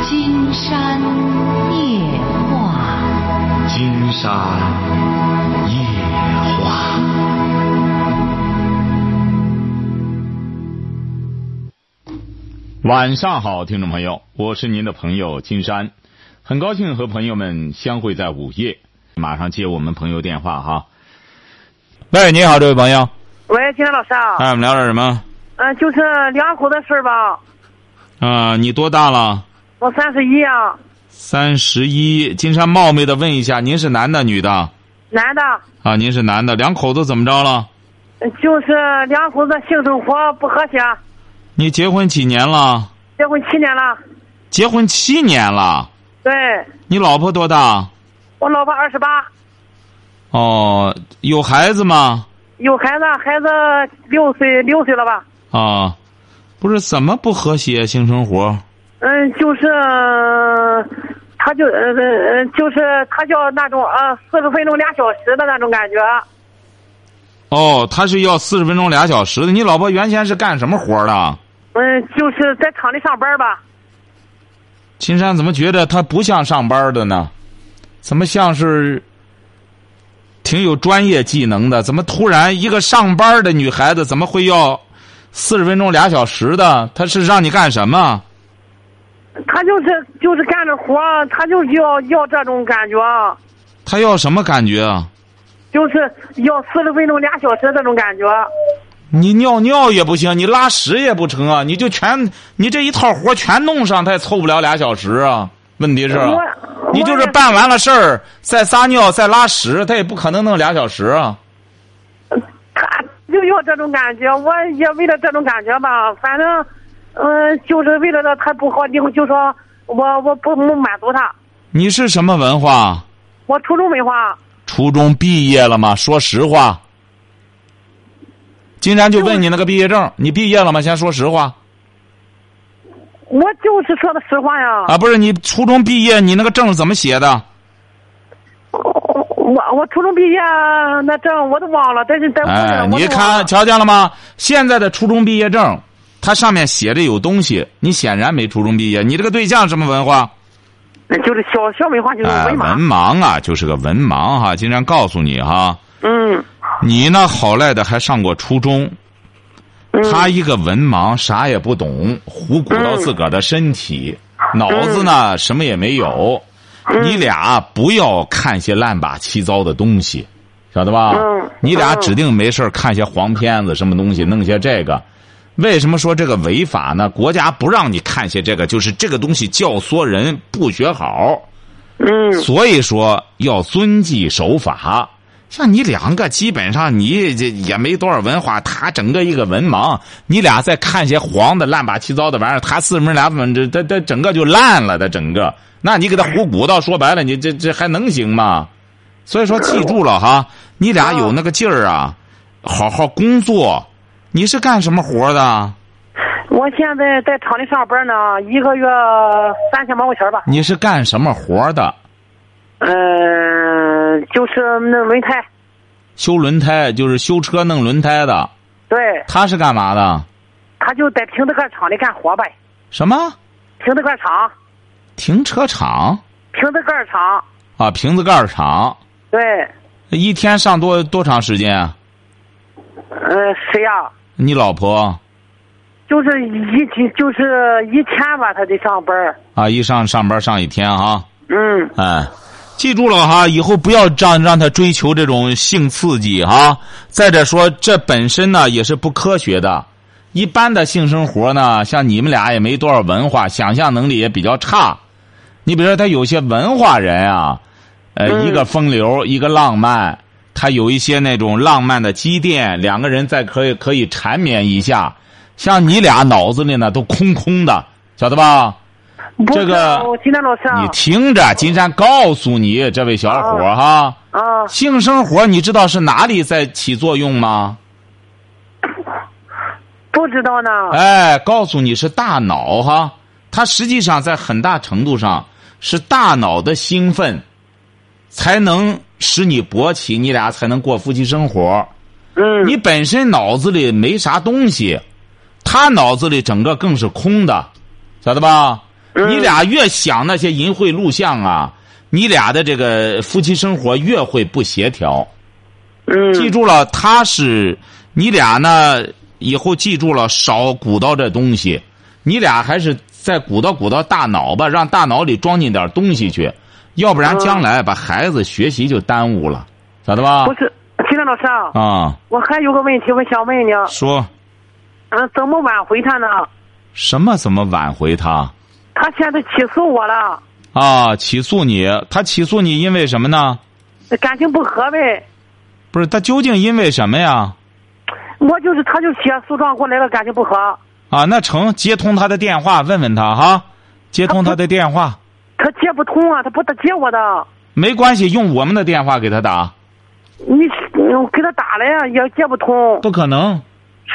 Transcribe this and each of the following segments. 金山夜话，金山夜话。晚上好，听众朋友，我是您的朋友金山，很高兴和朋友们相会在午夜。马上接我们朋友电话哈。喂，你好，这位朋友，喂，金山老师啊，哎，我们聊点什么？嗯、就是两口子事儿吧。啊、你多大了？我三十一啊，三十一。金山冒昧的问一下，您是男的女的？男的，啊，您是男的，两口子怎么着了？嗯就是两口子性生活不和谐，你结婚几年了？结婚七年了。结婚七年了。对你老婆多大？我老婆二十八，哦，有孩子吗？有孩子，孩子六岁，六岁了吧？啊，不是怎么不和谐性生活？嗯，就是，呃他就呃呃，就是他叫那种呃四十分钟俩小时的那种感觉，哦，他是要四十分钟俩小时的。你老婆原先是干什么活儿的？嗯，就是在厂里上班吧。金山怎么觉得她不像上班的呢？怎么像是挺有专业技能的？怎么突然一个上班的女孩子怎么会要四十分钟俩小时的？她是让你干什么？他就是就是干着活儿，他就要要这种感觉，啊她要什么感觉啊？就是要四十分钟俩小时这种感觉。你尿尿也不行，你拉屎也不成啊！你就全你这一套活全弄上，他也凑不了俩小时啊。问题是，我你就是办完了事儿，再撒尿再拉屎，他也不可能弄俩小时啊。他就要这种感觉，我也为了这种感觉吧，反正，嗯、就是为了这他不好，你就说我我不不满足他。你是什么文化？我初中文化，初中毕业了吗？说实话。金山就问你那个毕业证，你毕业了吗？先说实话我就是说的实话呀。啊，不是你初中毕业，你那个证怎么写的？我我初中毕业啊那证我都忘了，但是在屋里哎我，都你忘了看，瞧见了吗？现在的初中毕业证，它上面写着有东西，你显然没初中毕业。你这个对象什么文化？那就是小小文化就是哎，文文盲。盲啊，就是个文盲哈。经常告诉你哈，嗯，你呢好赖的还上过初中，嗯他一个文盲啥也不懂，胡鼓捣自个儿的身体，嗯脑子呢什么也没有。你俩不要看些乱八七糟的东西，晓得吧？嗯你俩嗯指定没事儿看些黄片子什么东西，弄些这个。为什么说这个违法呢？国家不让你看些这个，就是这个东西教唆人不学好。嗯所以说要遵纪守法。像你两个，基本上你这也没多少文化，他整个一个文盲，你俩再看些黄的、乱八七糟的玩意儿，他四门俩分这他他整个就烂了，他整个，那你给他胡鼓捣，说白了，你这这还能行吗？所以说，记住了哈，你俩有那个劲儿啊，好好工作。你是干什么活的？我现在在厂里上班呢，一个月三千八块钱吧。你是干什么活的？嗯、就是那轮胎，修轮胎，就是修车弄轮胎的。对，他是干嘛的？他就在平头盖厂里干活呗。什么？平头盖厂，停车场平头盖厂，啊，瓶子盖儿厂，对，一天上多多长时间啊？呃，谁呀、你老婆就是一天就是一天吧，他得上班儿。啊，一上上班上一天啊，嗯，哎，记住了哈，以后不要让让他追求这种性刺激哈。再者说，这本身呢也是不科学的。一般的性生活呢，像你们俩也没多少文化，想象能力也比较差。你比如说，他有些文化人啊，呃，嗯一个风流，一个浪漫，他有一些那种浪漫的积淀，两个人再可以可以缠绵一下。像你俩脑子里呢都空空的，晓得吧？不这个是我今天老师啊你听着，金山告诉你，这位小伙儿哈，啊，性生活你知道是哪里在起作用吗？不知道呢。哎，告诉你是大脑哈，它实际上在很大程度上是大脑的兴奋，才能使你勃起，你俩才能过夫妻生活。嗯，你本身脑子里没啥东西，他脑子里整个更是空的，晓得吧？嗯你俩越想那些淫秽录像啊，你俩的这个夫妻生活越会不协调。嗯，记住了，他是你俩呢，以后记住了，少鼓捣这东西。你俩还是再鼓捣鼓捣大脑吧，让大脑里装进点东西去，要不嗯然将来把孩子学习就耽误了，咋的吧不？是，秦亮老师啊，啊，我还有个问题，我想问你，说嗯，怎么挽回他呢？什么怎么挽回他？他现在起诉我了，啊，起诉你，他起诉你因为什么呢？感情不和呗。不是他究竟因为什么呀？我就是，他就写诉状给我来了，感情不和。啊，那成，接通他的电话，问问他哈，接通他的电话，他接不通啊，他不得接我的。没关系，用我们的电话给他打，你嗯给他打了呀，也接不通。不可能。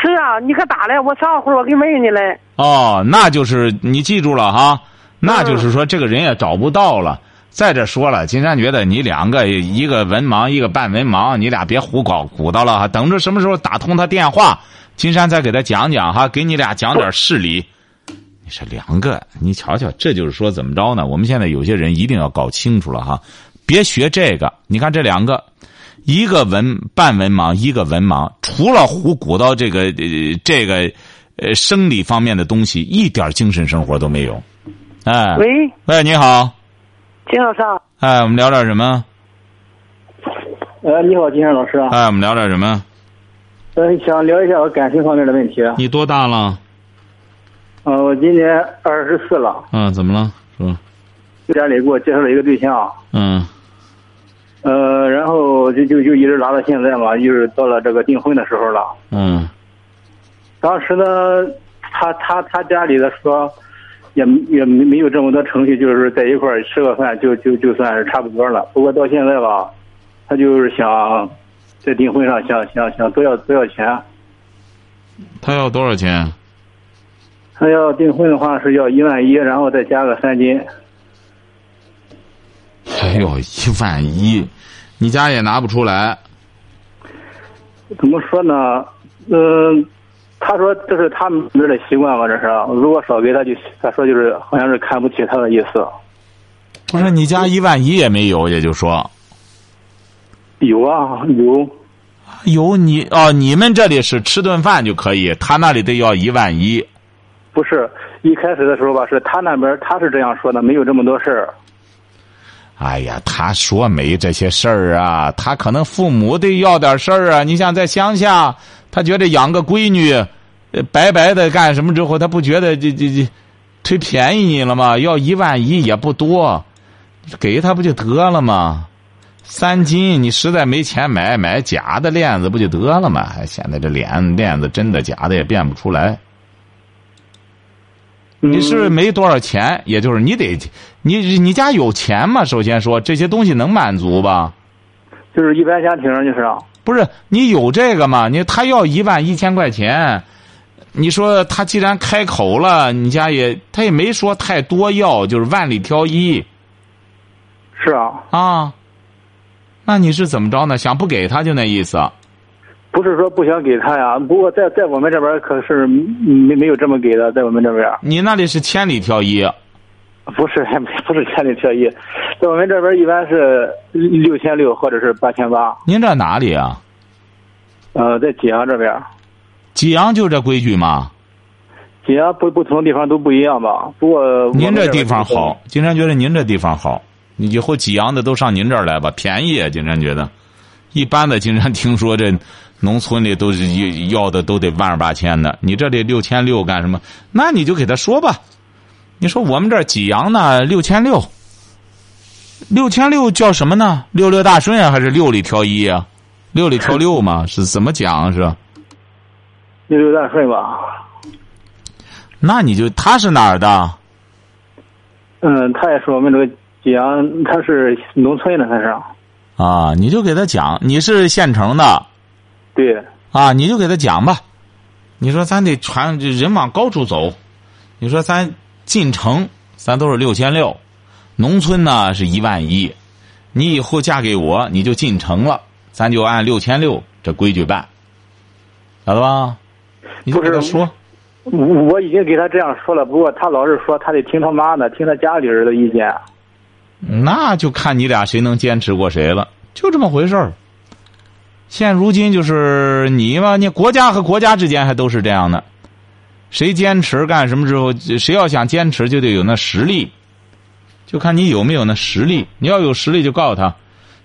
是啊，你可打了，我上回我给问你嘞。哦，那就是你记住了哈，那就是说这个人也找不到了。再者说了，金山觉得你两个一个文盲，一个半文盲，你俩别胡搞鼓捣了哈。等着什么时候打通他电话，金山再给他讲讲哈，给你俩讲点事理。你说两个，你瞧瞧，这就是说怎么着呢？我们现在有些人一定要搞清楚了哈，别学这个。你看这两个，一个文半文盲，一个文盲，除了胡鼓捣这个、呃、这个呃生理方面的东西，一点精神生活都没有。哎，喂，喂，你好。金老师啊，哎，我们聊点什么？呃，你好，金山老师啊，哎，我们聊点什么？呃，想聊一下我感情方面的问题。啊你多大了？呃，我今年二十四了，嗯，怎么了？说，家里给我介绍了一个对象，啊嗯，呃，然后就就就一直拉到现在嘛，就是到了这个订婚的时候了。嗯，当时呢，他他他家里的说，也也没没有这么多程序，就是在一块儿吃个饭就就就算是差不多了。不过到现在吧，他就是想在订婚上想想想多要多要钱，他要多少钱？他要订婚的话是要一万一，然后再加个三金。哎呦，一万一，你家也拿不出来。怎么说呢？嗯、他说这是他们这儿的习惯吧，这是。啊如果少给他就，他说就是好像是看不起他的意思。不是你家一万一也没有，也就说有啊，有。有你哦，你们这里是吃顿饭就可以，他那里得要一万一。不是一开始的时候吧，是他那边他是这样说的，没有这么多事儿。哎呀，他说没这些事儿啊，他可能父母得要点事儿啊。你想在乡下，他觉得养个闺女，呃白白的干什么之后，他不觉得这这这，忒便宜你了吗？要一万一也不多，给他不就得了吗？三金，你实在没钱买，买假的链子不就得了吗？哎现在这链链子真的假的也辨不出来。你是嗯不是没多少钱？也就是你得，你你家有钱吗？首先说这些东西能满足吧？就是一般家庭就是啊，不是你有这个吗？你他要一万一千块钱，你说他既然开口了，你家也他也没说太多要，就是万里挑一是啊，啊。那你是怎么着呢？想不给他就那意思啊？不是说不想给他呀。不过在在我们这边可是没没有这么给的，在我们这边你那里是千里挑一，不是 还没不是千里挑一，在我们这边一般是六千六或者是八千八。您这哪里啊？呃，在济阳这边，济阳就这规矩吗？济阳不不同地方都不一样吧。不过我们您这边地方就是好，金山觉得您这地方好，你以后济阳的都上您这儿来吧，便宜啊！金山觉得，一般的金山听说这农村里都是一要的都得万儿八千的，你这里六千六干什么？那你就给他说吧，你说我们这儿济阳呢六千六，六千六叫什么呢？六六大顺啊，还是六里挑一啊？六里挑六 嘛，是怎么讲啊是？六六大顺吧。那你就他是哪儿的？嗯，他也是我们这个济阳，他是农村的，他是。啊，你就给他讲，你是县城的，对，啊，你就给他讲吧。你说咱得传人往高处走，你说咱进城，咱都是六千六，农村呢是一万一。你以后嫁给我，你就进城了，咱就按六千六这规矩办，晓得吧？你就不是跟他说，我我已经给他这样说了，不过他老是说他得听他妈的，听他家里人的意见。那就看你俩谁能坚持过谁了，就这么回事儿。现如今就是你嘛，你国家和国家之间还都是这样的，谁坚持干什么之后，谁要想坚持就得有那实力，就看你有没有那实力。你要有实力就告诉他，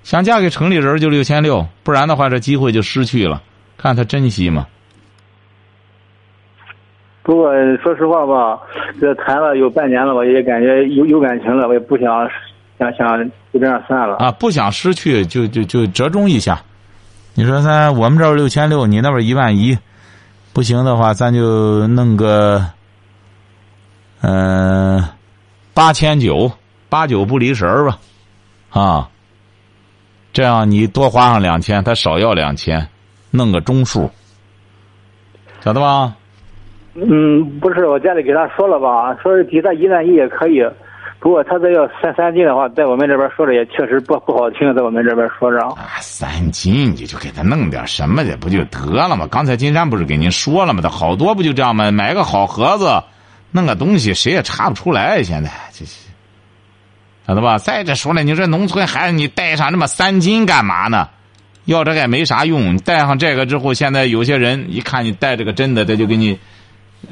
想嫁给城里人就六千六，不然的话这机会就失去了，看他珍惜嘛。不过说实话吧，这谈了有半年了吧，也感觉有有感情了，我也不想想想就这样散了。啊，不想失去就就就折中一下。你说咱我们这儿六千六，你那边一万一，不行的话，咱就弄个，嗯、呃，八千九，八九不离十儿吧，啊，这样你多花上两千，他少要两千，弄个中数，晓得吧？嗯，不是，我家里给他说了吧，说是给他一万一也可以，不过他这要三三斤的话，在我们这边说着也确实不不好听，在我们这边说着。啊，三斤你就给他弄点什么的，不就得了吗？刚才金山不是给您说了吗？他好多不就这样吗？买个好盒子，弄个东西，谁也查不出来。现在这是，晓得吧？再者说了，你说农村孩子，你带上那么三斤干嘛呢？要这个也没啥用。你带上这个之后，现在有些人一看你带这个真的，他就给你。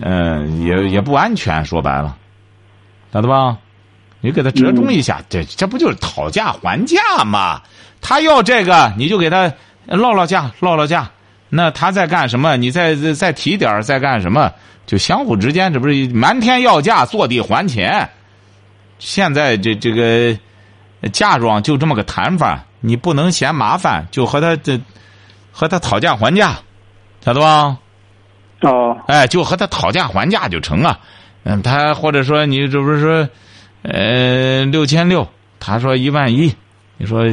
嗯，也也不安全，说白了，晓得吧？你给他折中一下，嗯、这这不就是讨价还价吗？他要这个，你就给他呃唠唠价，唠唠价。那他在干什么？你再再提点儿，在干什么？就相互之间，这不是瞒天要价，坐地还钱？现在这这个呃嫁妆就这么个谈法，你不能嫌麻烦，就和他这和他讨价还价，晓得吧？哦，哎，就和他讨价还价就成啊。嗯，他或者说你这不是说，呃，六千六，他说一万一，你说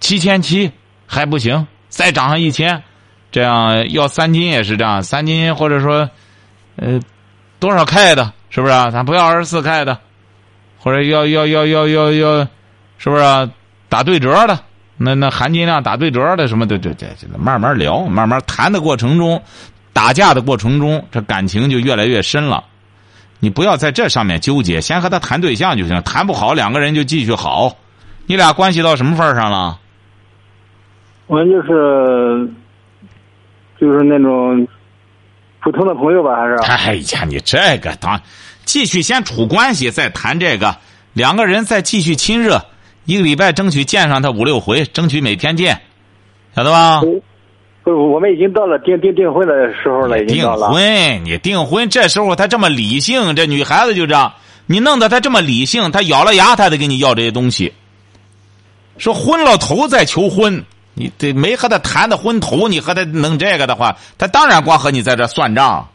七千七还不行，再涨上一千，这样要三斤也是这样，三斤或者说，呃，多少 K 的，是不是、啊？咱不要二十四 K 的，或者要要要要要要，是不是、啊？打对折的。那那含金量打对折的什么的，这这这慢慢聊，慢慢谈的过程中，打架的过程中，这感情就越来越深了。你不要在这上面纠结，先和他谈对象就行。谈不好，两个人就继续好。你俩关系到什么份上了？我就是就是那种普通的朋友吧，还是？哎呀，你这个当继续先处关系，再谈这个，两个人再继续亲热。一个礼拜争取见上他五六回，争取每天见，晓得哦吧？不是，我们已经到了订订订婚的时候了，已经到了。订婚，你订婚这时候他这么理性，这女孩子就这样，你弄得他这么理性，他咬了牙，他得跟你要这些东西。说昏了头再求婚，你得没和他谈的昏头，你和他弄这个的话，他当然光和你在这算账，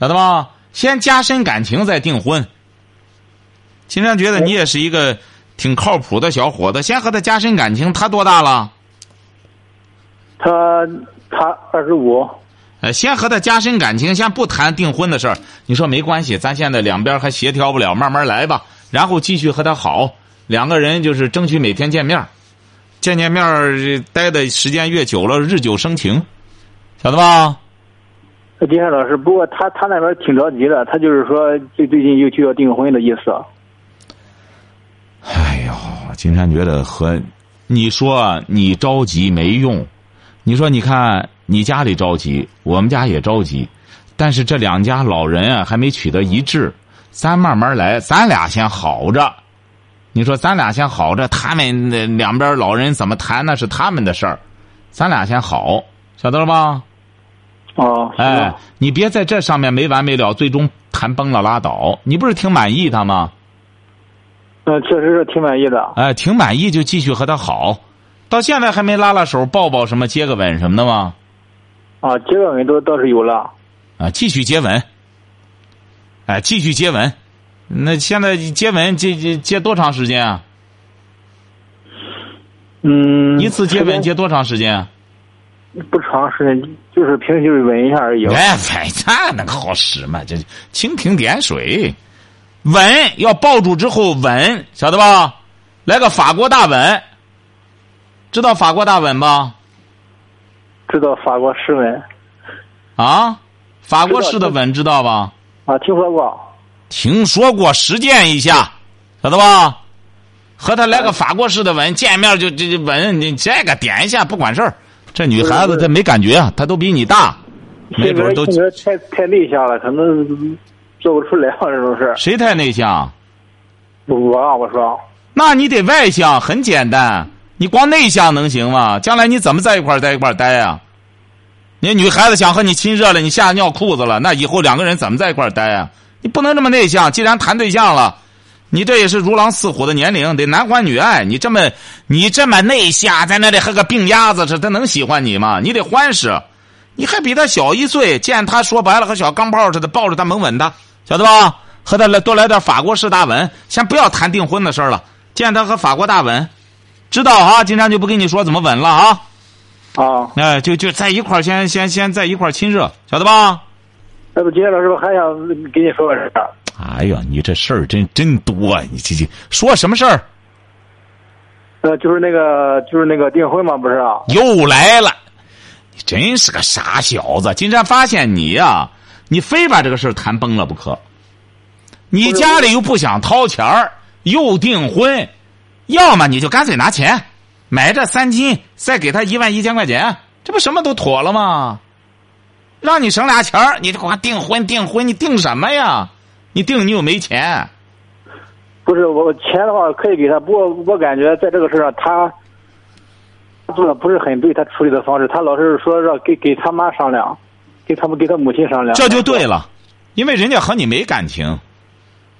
晓得吧？先加深感情再订婚。金山觉得你也是一个。挺靠谱的小伙子，先和他加深感情。他多大了？他他二十五。呃，先和他加深感情，先不谈订婚的事儿。你说没关系，咱现在两边还协调不了，慢慢来吧。然后继续和他好，两个人就是争取每天见面，见见面呃待的时间越久了，日久生情，晓得吧？金山老师，不过他他那边挺着急的，他就是说最最近又就要订婚的意思。哎呦，金山觉得和你说你着急没用，你说你看你家里着急，我们家也着急，但是这两家老人啊还没取得一致，咱慢慢来，咱俩先好着。你说咱俩先好着，他们两边老人怎么谈那是他们的事儿，咱俩先好，晓得了吧？哦，哎，你别在这上面没完没了，最终谈崩了拉倒。你不是挺满意他吗？嗯，确实是挺满意的。哎，挺满意就继续和他好，到现在还没拉拉手、抱抱什么、接个吻什么的吗？啊，接个吻都倒是有了。啊，继续接吻。哎，继续接吻。那现在接吻接接接多长时间啊？嗯。一次接吻接多长时间？啊不长时间，就是平时就是吻一下而已。哎，反正那个好使嘛，这蜻蜓点水。吻要抱住之后吻，晓得吧？来个法国大吻，知道法国大吻吧？知道法国诗吻。啊？法国式的吻知道吧？啊，听说过。听说过，实践一下，晓得吧？和他来个法国式的吻，见面就就就吻，你这个点一下不管事儿。这女孩子她没感觉，啊她都比你大，没准都性格太太内向了，可能做不出来这种事儿。谁太内向？我啊，我说。那你得外向，很简单。你光内向能行吗？将来你怎么在一块儿在一块儿待呀、啊？你女孩子想和你亲热了，你吓尿裤子了，那以后两个人怎么在一块儿待啊？你不能这么内向。既然谈对象了，你这也是如狼似虎的年龄，得男欢女爱。你这么你这么内向，在那里和个病鸭子似的，他能喜欢你吗？你得欢实。你还比他小一岁，见他说白了和小钢炮似的，抱着他猛吻他，晓得吧？和他来多来点法国式大吻，先不要谈订婚的事了。见他和法国大吻，知道啊？金山就不跟你说怎么吻了啊。啊。哎、呃，就就在一块儿，先先先在一块儿亲热，晓得吧？那不金山老师，我还想跟你说个事儿。哎呀，你这事儿真真多、啊，你这这说什么事儿？呃，就是那个，就是那个订婚嘛，不是、啊？又来了，你真是个傻小子！金山发现你呀、啊，你非把这个事儿谈崩了不可。你家里又不想掏钱儿。又订婚，要么你就干脆拿钱买这三金，再给他一万一千块钱，这不什么都妥了吗？让你省俩钱儿，你这光订婚订婚，你订什么呀？你订你又没钱。不是我钱的话可以给他，不过我感觉在这个事上他做的不是很对，他处理的方式，他老是说让给给他妈商量，给他们给他母亲商 量。这就对了，因为人家和你没感情。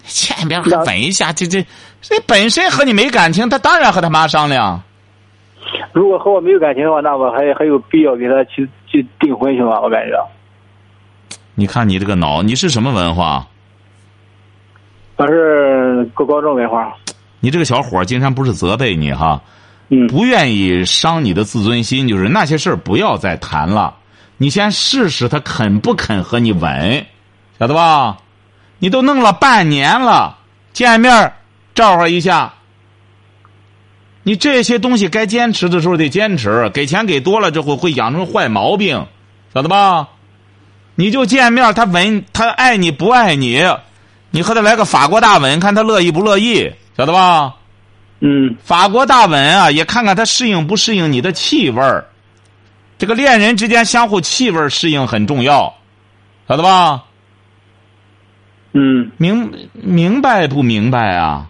见面还吻一下，这这这本身和你没感情，他当然和他妈商量。如果和我没有感情的话，那我还还有必要给他去去订婚去吗？我感觉。你看你这个脑，你是什么文化？我是高高中文化。你这个小伙金山不是责备你哈，嗯，不愿意伤你的自尊心，就是那些事儿不要再谈了。你先试试他肯不肯和你吻，晓得吧？你都弄了半年了，见面照和一下。你这些东西该坚持的时候得坚持，给钱给多了之后会养成坏毛病，晓得吧？你就见面，他吻，他爱你不爱你，你和他来个法国大吻，看他乐意不乐意，晓得吧？嗯，法国大吻啊，也看看他适应不适应你的气味儿。这个恋人之间相互气味适应很重要，晓得吧？嗯，明明白不明白啊？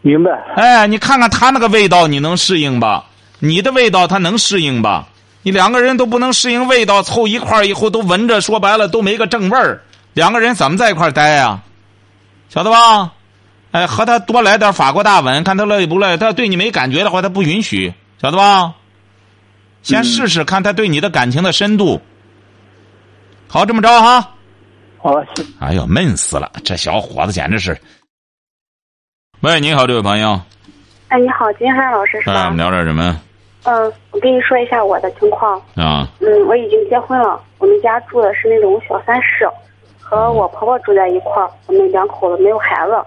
明白。哎，你看看他那个味道，你能适应吧？你的味道他能适应吧？你两个人都不能适应味道，凑一块儿以后都闻着，说白了都没个正味儿，两个人怎么在一块儿待呀、啊？晓得吧？哎，和他多来点法国大吻，看他乐意不乐意。他对你没感觉的话，他不允许，晓得吧？先试试看他对你的感情的深度。好，这么着哈。好，哎呦，闷死了！这小伙子简直是。喂，你好，这位朋友。哎，你好，金山老师是吧？哎，我们聊点什么？呃，我跟你说一下我的情况。啊。嗯，我已经结婚了，我们家住的是那种小三室，和我婆婆住在一块儿，我们两口子没有孩子。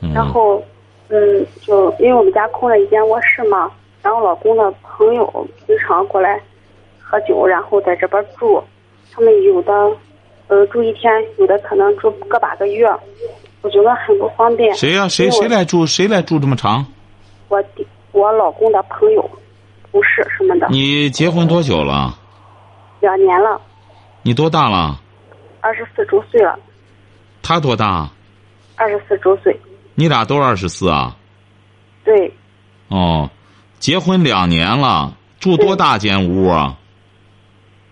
嗯、然后，嗯，就因为我们家空了一间卧室嘛，然后老公的朋友经常过来喝酒，然后在这边住，他们有的。呃，住一天，有的可能住个把个月，我觉得很不方便。谁呀、啊？谁谁来住？谁来住这么长？我我老公的朋友，同事什么的。你结婚多久了？两年了。你多大了？二十四周岁了。他多大？二十四周岁。你俩都二十四啊？对。哦，结婚两年了，住多大间屋啊？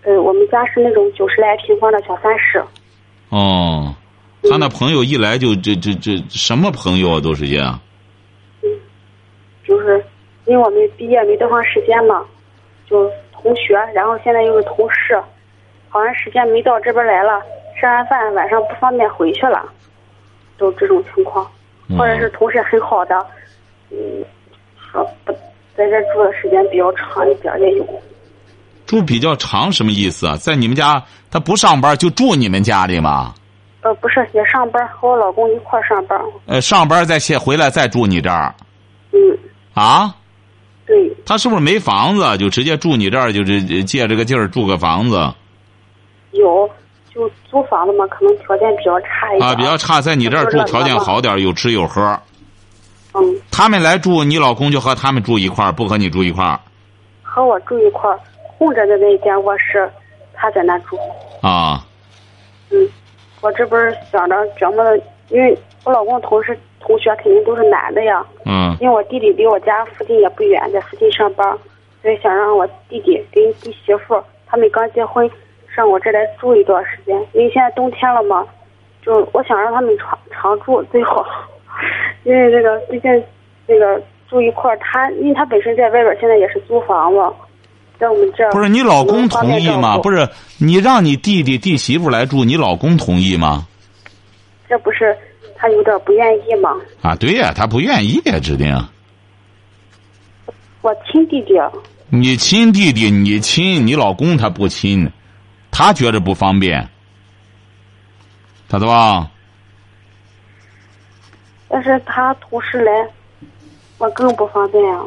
对，呃我们家是那种九十来平方的小三室。哦，他那朋友一来就这这这什么朋友啊，都是些。嗯，就是因为我们毕业没多长时间嘛，就同学，然后现在又是同事，好长时间没到这边来了，吃完饭晚上不方便回去了，就这种情况，或者是同事很好的，嗯，说不在这住的时间比较长一点也有。住比较长什么意思啊？在你们家他不上班就住你们家里吗？呃，不是，也上班，和我老公一块上班。呃，上班再歇回来再住你这儿。嗯。啊？对。呃他是不是没房子就直接住你这儿，就是借这个劲儿住个房子？有，就租房子嘛，可能条件比较差一点。啊，比较差，在你这儿住条件好点儿，有吃有喝。嗯，他们来住，你老公就和他们住一块儿，不和你住一块儿和我住一块儿，空着的那一间卧室，他在那住。啊。嗯，我这不是想着琢磨着，因为我老公同事同学肯定都是男的呀，嗯因为我弟弟离我家附近也不远，在附近上班，所以想让我弟弟跟弟媳妇他们刚结婚，上我这来住一段时间，因为现在冬天了嘛，就我想让他们常常住最好， 因为这个最近这个住一块儿，他因为他本身在外边儿现在也是租房嘛，在我们这儿不是你老公能方同便意照吗？顾不是你让你弟弟弟媳妇来住，你老公同意吗？这不是他有点不愿意嘛，啊，对呀、他不愿意呀，指定。我亲弟弟啊你亲弟弟，你亲，你老公他不亲，他觉着不方便，晓得吧？但是他同事来，我更不方便啊。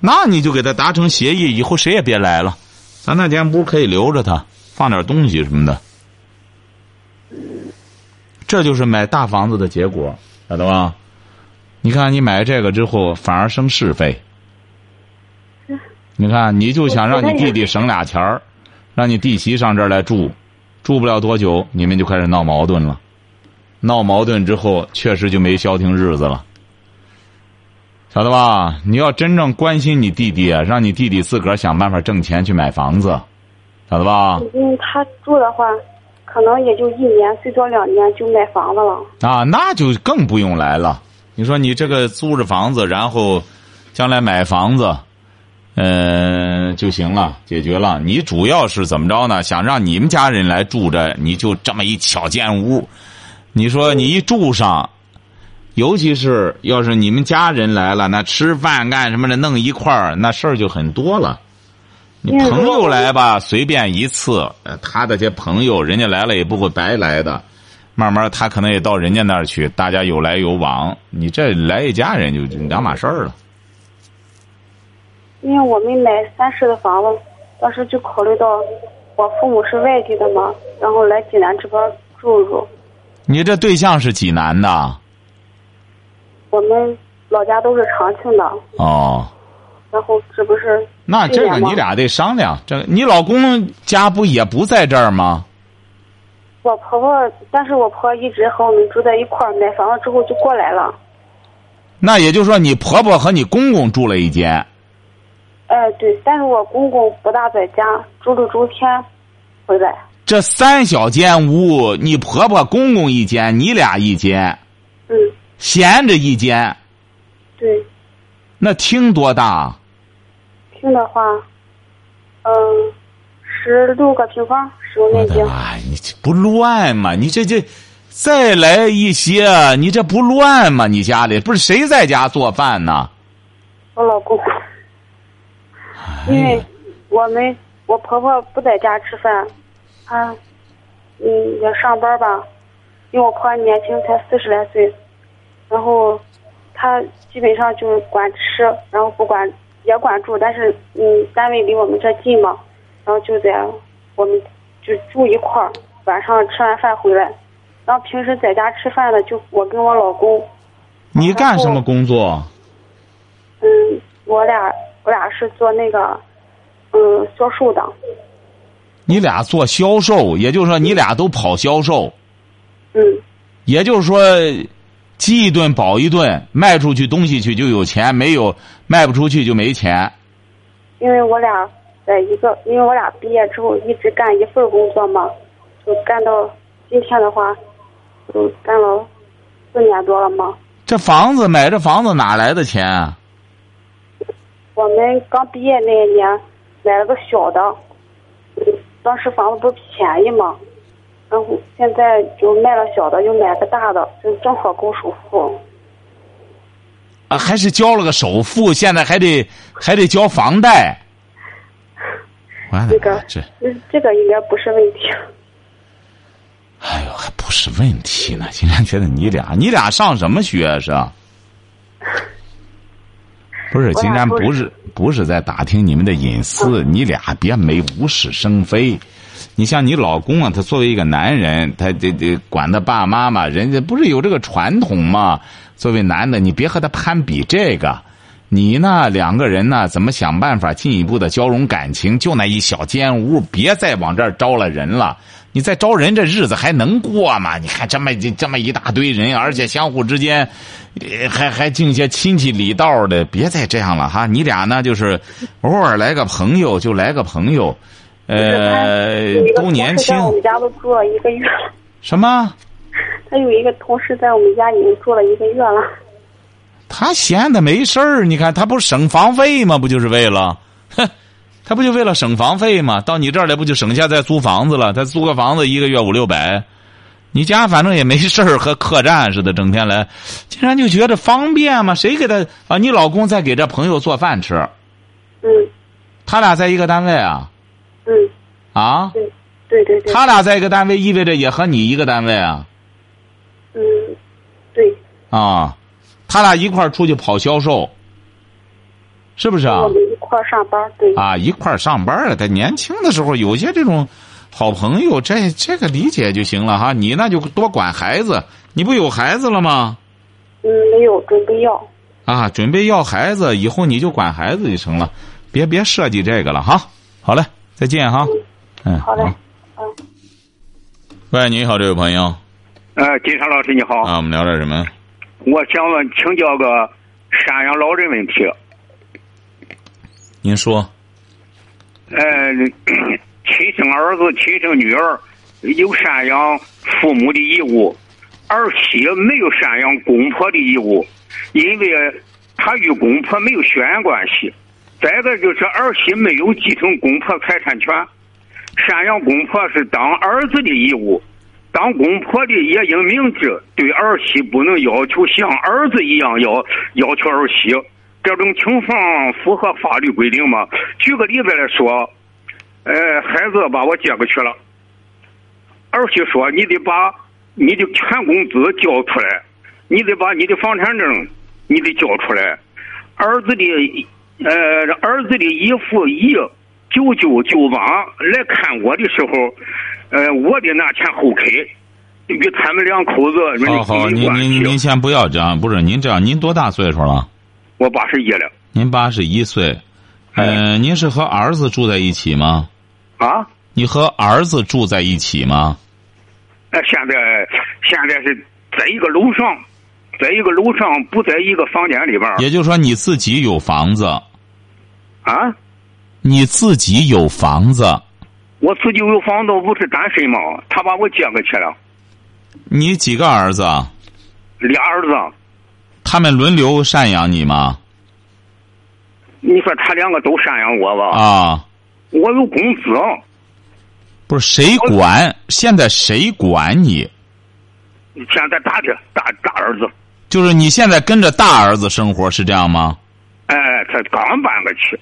那你就给他达成协议，以后谁也别来了。咱那间屋可以留着他，放点东西什么的。这就是买大房子的结果，晓得吧？你看你买这个之后，反而生是非。你看，你就想让你弟弟省俩钱儿，让你弟媳上这儿来住，住不了多久，你们就开始闹矛盾了。闹矛盾之后，确实就没消停日子了。晓得吧？你要真正关心你弟弟，让你弟弟自个儿想办法挣钱去买房子，晓得吧？因为嗯他住的话，可能也就一年，最多两年就买房子了。啊，那就更不用来了。你说你这个租着房子，然后将来买房子，嗯、就行了，解决了。你主要是怎么着呢？想让你们家人来住着，你就这么一小间屋，你说你一住上，尤其是要是你们家人来了，那吃饭干什么的弄一块儿，那事儿就很多了。你嗯朋友来吧，随便一次，呃他的这朋友人家来了也不会白来的。慢慢他可能也到人家那儿去，大家有来有往，你这来一家人就就两码事儿了。因为我们买三室的房子，当时就考虑到我父母是外地的嘛，然后来济南这边住住。你这对象是济南的我们老家都是长庆的，哦，然后这不是那这个去年吗你俩得商量。这个你老公家不也不在这儿吗？我婆婆，但是我婆婆一直和我们住在一块儿，买房了之后就过来了。那也就是说，你婆婆和你公公住了一间哎，对，但是我公公不大在家，周六周天回来。这三小间屋，你婆婆公公一间，你俩一间，嗯，闲着一间，对，那厅多大？听的话，嗯、十六个平方使用我面积的。妈呀！哎你这不乱吗？你这这再来一些，你这不乱吗？你家里不是谁在家做饭呢？我老公，因为我们我婆婆不在家吃饭，她嗯也上班吧，因为我婆婆年轻才四十来岁，然后她基本上就是管吃，然后不管也管住，但是嗯单位离我们这近嘛，然后就在我们就住一块儿，晚上吃完饭回来，然后平时在家吃饭的就我跟我老公，你干什么工作？嗯，我俩我俩是做那个，嗯，销售的。你俩做销售，也就是说你俩都跑销售，嗯，也就是说饥一顿饱一顿，卖出去东西去就有钱，没有卖不出去就没钱。因为我俩在一个，因为我俩毕业之后一直干一份工作嘛，就干到今天的话，就干了四年多了嘛。这房子买这房子哪来的钱啊？我们刚毕业那一年买了个小的，嗯当时房子不是便宜嘛，然后现在就卖了小的，又买个大的，就正好够首付。啊还是交了个首付，现在还得还得交房贷。我的这妈个呀，这。，嗯这个应该不是问题。哎呦，还不是问题呢！竟然觉得你俩，你俩上什么学啊是啊？ 不是，我俩竟然不是嗯不是不是在打听你们的隐私，你俩别没无事生非。你像你老公啊，他作为一个男人，他这这管他爸妈嘛，人家不是有这个传统嘛？作为男的，你别和他攀比这个。你呢，两个人呢，怎么想办法进一步的交融感情？就那一小间屋，别再往这儿招了人了。你再招人，这日子还能过吗？你看这么这么一大堆人，而且相互之间，呃还还敬些亲戚礼道的，别再这样了哈。你俩呢，就是偶尔来个朋友就来个朋友，呃，都年轻在。我们家都住了一个月了，什么？他有一个同事在我们家已经住了一个月了，他闲的没事儿，你看他不省房费吗？不就是为了，哼，他不就为了省房费吗？到你这儿来不就省下再租房子了？他租个房子一个月五六百，你家反正也没事儿，和客栈似的，整天来，竟然就觉得方便嘛？谁给他啊？你老公在给这朋友做饭吃，嗯他俩在一个单位啊嗯，啊？对对对对，他俩在一个单位意味着也和你一个单位啊嗯对，啊？他俩一块儿出去跑销售，是不是啊？跟我们一块儿上班，对，啊，一块儿上班了。他年轻的时候有些这种好朋友，这这个理解就行了哈。你那就多管孩子，你不有孩子了吗？嗯没有准备要，啊，准备要孩子，以后你就管孩子就成了，别别设计这个了哈。好嘞，再见哈。嗯，好嘞，嗯。喂，你好，这位朋友呃，金山老师你好，啊，我们聊点什么？我想问请教个赡养老人问题。您说呃， 亲生儿子、亲生女儿有赡养父母的义务，儿媳没有赡养公婆的义务，因为她与公婆没有血缘关系。再一个就是儿媳没有继承公婆财产权，赡养公婆是当儿子的义务，当公婆的也应明知对儿媳不能要求像儿子一样要要求儿媳。这种情况符合法律规定吗？举个例子来说，呃，孩子把我接过去了，儿媳说你得把你的全工资交出来，你得把你的房产证你得交出来，儿子的呃儿子的姨父姨舅舅舅妈来看我的时候，呃，我得拿钱后给，与他们两口子好好，没您关您您系。先不要这样，不是您这样，您多大岁数了？我八十一了您八十一岁，呃，您是和儿子住在一起吗？啊。你和儿子住在一起吗？那呃现在现在是在一个楼上，在一个楼上，不在一个房间里边儿也就是说，你自己有房子，啊。你自己有房子，我自己有房子，我不是单身嘛，他把我接过去了，你几个儿子啊？俩儿子，他们轮流赡养你吗？你说他两个都赡养我吧？啊，我有工资，不是谁管？现在谁管你？现在大的大大儿子，就是你现在跟着大儿子生活是这样吗？哎，他刚搬过去，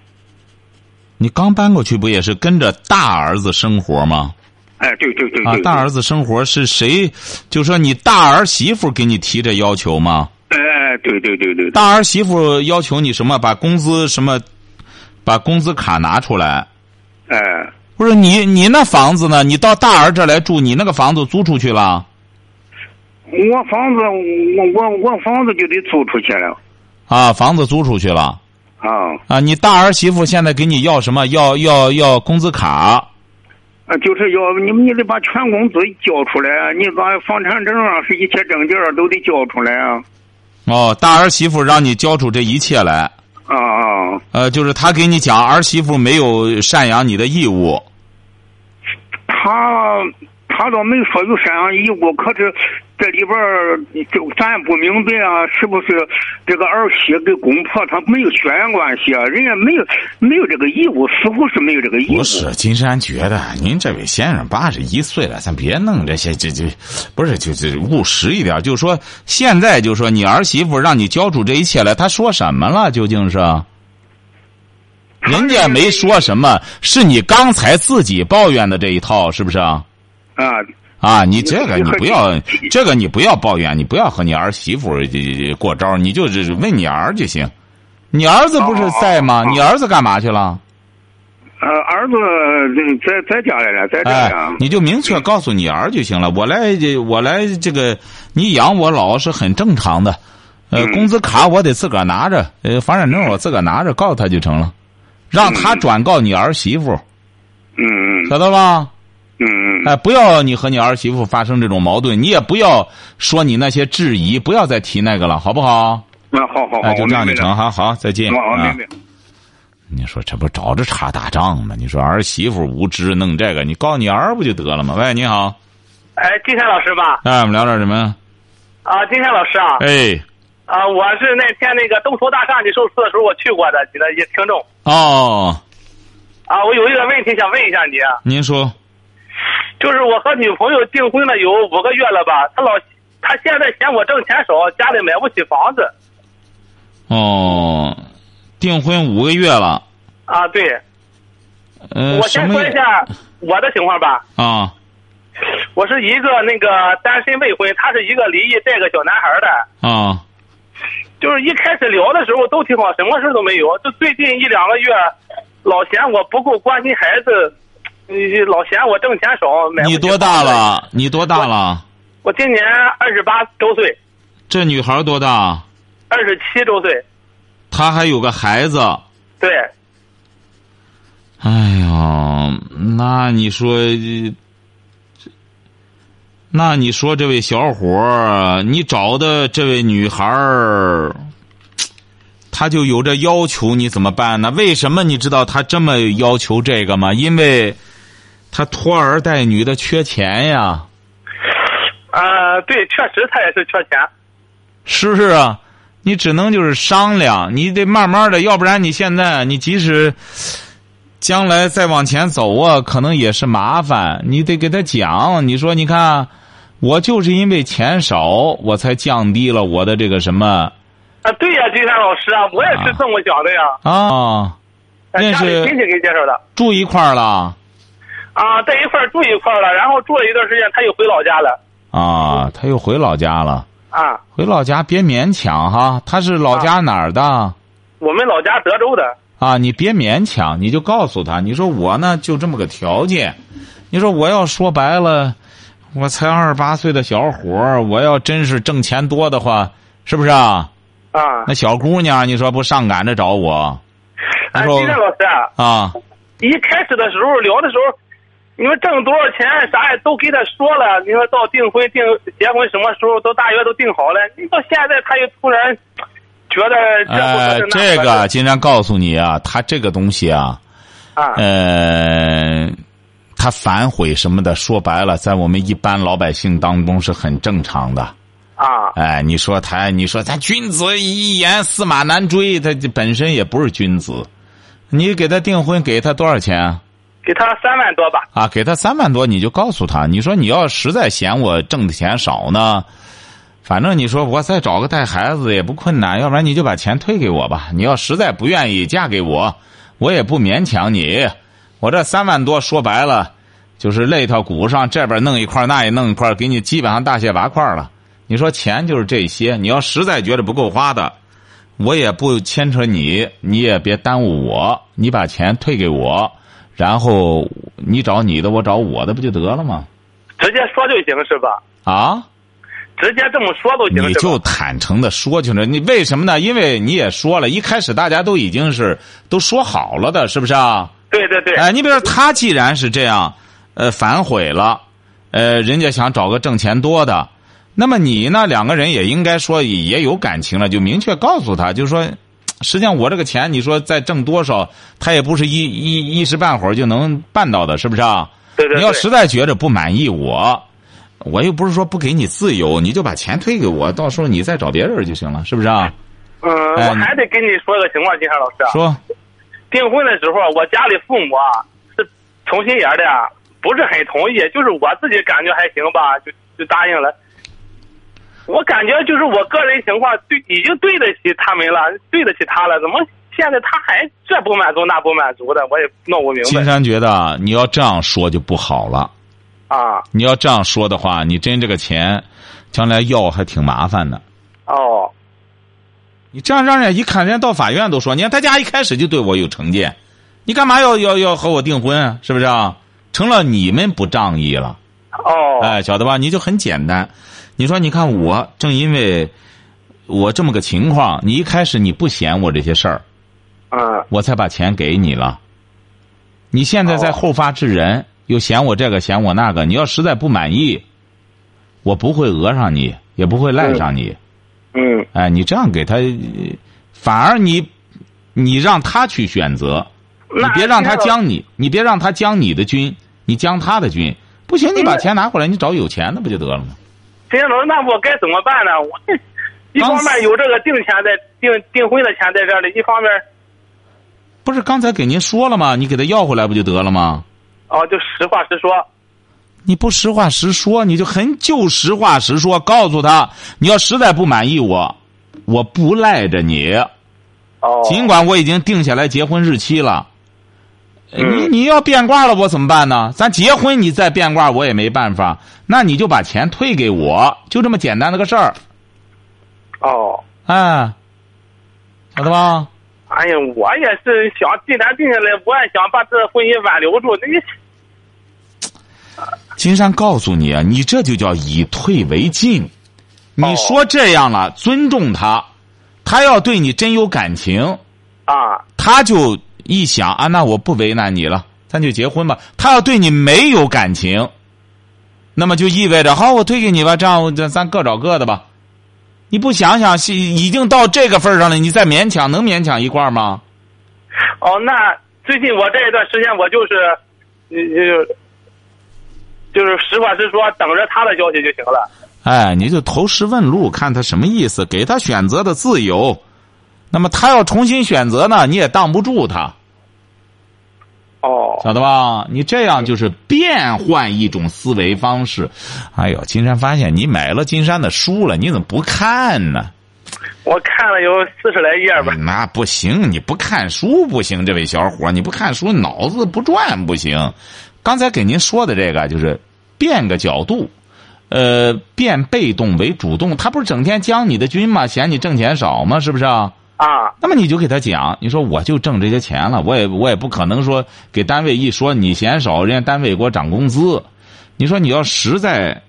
你刚搬过去不也是跟着大儿子生活吗？哎，对对对啊对，，大儿子生活是谁？就说你大儿媳妇给你提这要求吗？哎，对对对对，对大儿媳妇要求你什么？把工资什么？把工资卡拿出来。哎，不是你，你那房子呢？你到大儿这儿来住，你那个房子租出去了我房子，我我我房子就得租出去了啊？房子租出去了啊，啊？你大儿媳妇现在给你要什么？要要要工资卡啊，就是要你你得把全工资交出来啊，你把房产证啊，是一切证件儿都得交出来啊，哦？大儿媳妇让你交出这一切来，啊啊，呃，就是她给你讲，儿媳妇没有赡养你的义务。他他倒没说有赡养义务，可是这里边儿就咱也不明白啊，是不是这个儿媳跟公婆她没有血缘关系啊？人家没有没有这个义务，似乎是没有这个义务。不是，金山觉得您这位先生八十一岁了，咱别弄这些，这这不是就就务实一点。就说现在就说你儿媳妇让你交出这一切来，她说什么了？究竟是？人家没说什么，是你刚才自己抱怨的这一套，是不是啊？啊，啊，你这个你不要，这个你不要抱怨，你不要和你儿媳妇这这这过招，你哦就是问你儿就行。你儿子不是在吗？你儿子干嘛去了？呃，儿子这在在家里了，啊在这哎家。，你就明确告诉你儿就行了。我来，这我来，这个你养我老是很正常的。呃，嗯工资卡我得自个儿拿着，呃，房产证我自个儿拿着，告他就成了，让他嗯转告你儿媳妇，嗯嗯知道吧？嗯嗯哎，不要你和你儿媳妇发生这种矛盾，你也不要说你那些质疑，不要再提那个了，好不好？那啊好好好，哎，就哦我这样就明白成，了。哦好好，再见。我我啊明白。你说这不找着茬打仗吗？你说儿媳妇无知弄这个，你告你儿不就得了吗？喂，你好，哎，金山老师吧？哎，我们聊点什么？啊，金山老师啊，哎，啊，我是那天那个东头大厦你受刺的时候我去过的，你的也听众哦，啊，我有一个问题想问一下你，啊您说，就是我和女朋友订婚了有五个月了吧，她老她现在嫌我挣钱少，家里买不起房子哦，订婚五个月了，啊，对，呃，我什先么说一下我的情况吧，啊？我是一个那个单身未婚，她是一个离异带个小男孩的，啊就是一开始聊的时候都挺好，什么事都没有。就最近一两个月，老嫌我不够关心孩子，你老嫌我挣钱少。买不起你多大房子？了？你多大了？我今年二十八周岁，这女孩多大？二十七周岁。她还有个孩子。对，哎呀，那你说，这那你说这位小伙儿，你找的这位女孩儿，她就有这要求，你怎么办呢？为什么你知道她这么要求这个吗？因为她拖儿带女的缺钱呀。呃，对，确实他也是缺钱。是不是啊？你只能就是商量，你得慢慢的，要不然你现在啊你即使将来再往前走啊，可能也是麻烦。你得给他讲，你说你看，我就是因为钱少，我才降低了我的这个什么啊，对呀、金山老师啊，我也是这么想的呀。啊，哎认家识里亲戚给介绍的住一块儿了啊，在一块儿住一块儿了，然后住了一段时间，他又回老家了啊，他又回老家了。啊。回老家别勉强哈，他是老家哪儿的？我们老家德州的，啊，你别勉强，你就告诉他，你说我呢就这么个条件，你说我要说白了，我才二十八岁的小伙儿，我要真是挣钱多的话，是不是啊？啊那，小姑娘，你说不上赶着找我哎，说金山老师啊，啊？一开始的时候聊的时候，你说挣多少钱啊啥也都给他说了，你说到订婚订结婚什么时候都大约都定好了，你到现在他又突然觉得这不合呃适，那这不合个适金山告诉你啊，他这个东西啊，啊呃，他反悔什么的，说白了，在我们一般老百姓当中是很正常的。啊哎，你说他，你说他君子一言，驷马难追，他这本身也不是君子。你给他订婚，给他多少钱啊？给他三万多吧，啊，给他三万多，你就告诉他，你说你要实在嫌我挣的钱少呢，反正你说我再找个带孩子也不困难，要不然你就把钱退给我吧。你要实在不愿意嫁给我，我也不勉强你。我这三万多说白了，就是肋条骨上这边弄一块，那也弄一块，给你基本上大卸八块了。你说钱就是这些，你要实在觉得不够花的，我也不牵扯你，你也别耽误我，你把钱退给我，然后你找你的，我找我的，不就得了吗？直接说就行是吧？啊，直接这么说都行你是就吧？坦诚的说清楚，你为什么呢？因为你也说了，一开始大家都已经是都说好了的，是不是啊？对对对，哎，你比如说他既然是这样，呃，反悔了，呃，人家想找个挣钱多的，那么你呢，两个人也应该说也也有感情了，就明确告诉他，就说，实际上我这个钱，你说再挣多少，他也不是一一一时半会儿就能办到的，是不是啊？对对你要对实在觉着不满意我，我又不是说不给你自由，你就把钱退给我，到时候你再找别人就行了，是不是啊？嗯，哎我还得跟你说个情况，金山老师啊，说，订婚的时候，我家里父母啊是同心眼儿的呀，不是很同意，就是我自己感觉还行吧，就就答应了。我感觉就是我个人情况对已经对得起他们了，对得起他了，怎么现在他还这不满足那不满足的，我也弄不明金白山觉得你要这样说就不好了。啊。你要这样说的话，你真这个钱，将来要还挺麻烦的。哦，你这样让人家一看，人家到法院都说，你看他家一开始就对我有成见，你干嘛要要要和我订婚啊？是不是啊？成了你们不仗义了。哦，哎，晓得吧？你就很简单。你说，你看我正因为我这么个情况，你一开始你不嫌我这些事儿，嗯，我才把钱给你了。你现在在哦后发制人，又嫌我这个嫌我那个，你要实在不满意，我不会讹上你，也不会赖上你。嗯，哎，你这样给他，呃反而你你让他去选择，你那别让他这个将你，你别让他将你的军，你将他的军。不行，嗯你把钱拿回来，你找有钱的不就得了吗？秦先生，那我该怎么办呢？我一刚方面有这个定钱在订订婚的钱在这里，一方面不是刚才给您说了吗？你给他要回来不就得了吗？哦，就实话实说。你不实话实说，你就很就实话实说，告诉他，你要实在不满意我，我不赖着你。哦，尽管我已经定下来结婚日期了，呃你嗯你要变卦了，我怎么办呢？咱结婚你再变卦，我也没办法。那你就把钱退给我，就这么简单的个事儿，哦，哎，晓得吧？哎呀，我也是想，既然定下来，我也想把这个婚姻挽留住。那你金山告诉你啊，你这就叫以退为进。你哦说这样了，尊重他，他要对你真有感情，啊，他就一想啊，那我不为难你了，咱就结婚吧。他要对你没有感情，那么就意味着好，我退给你吧，这样我咱咱各找各的吧。你不想想，是已经到这个份儿上了，你再勉强能勉强一块儿吗？哦，那最近我这一段时间，我就是，嗯就是，就是实话实说，等着他的消息就行了。哎，你就投石问路，看他什么意思，给他选择的自由。那么他要重新选择呢，你也挡不住他，哦，晓得吧？你这样就是变换一种思维方式。哎呦，金山发现你买了金山的书了，你怎么不看呢？我看了有四十来页吧。嗯那不行，你不看书不行，这位小伙儿，你不看书脑子不转不行。刚才给您说的这个就是变个角度，呃，变被动为主动。他不是整天将你的军吗？嫌你挣钱少吗？是不是啊？啊，那么你就给他讲，你说我就挣这些钱了，我也我也不可能说给单位一说你嫌少，人家单位给我涨工资。你说你要实在，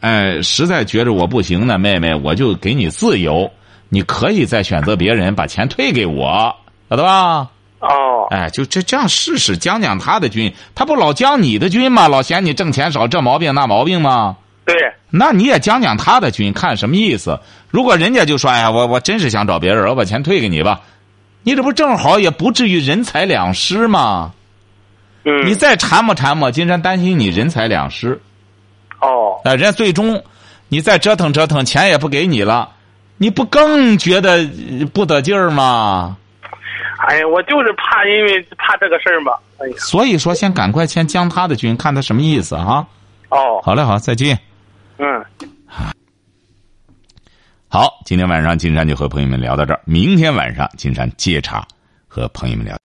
哎，实在觉着我不行呢，妹妹，我就给你自由，你可以再选择别人，把钱退给我，晓得吧？哦，哎，就这这样试试，将将他的军，他不老将你的军吗？老嫌你挣钱少，这毛病那毛病吗？对，那你也讲讲他的军，看什么意思？如果人家就说：“哎呀，我我真是想找别人，我把钱退给你吧。”你这不正好也不至于人财两失吗？嗯，你再缠磨缠磨，金山担心你人财两失。哦，啊，人家最终你再折腾折腾，钱也不给你了，你不更觉得呃不得劲儿吗？哎呀，我就是怕，因为怕这个事儿嘛。哎呀，所以说，先赶快先将他的军，看他什么意思啊？哦，好嘞，好，再见。嗯。好，今天晚上金山就和朋友们聊到这儿，明天晚上金山接茬和朋友们聊。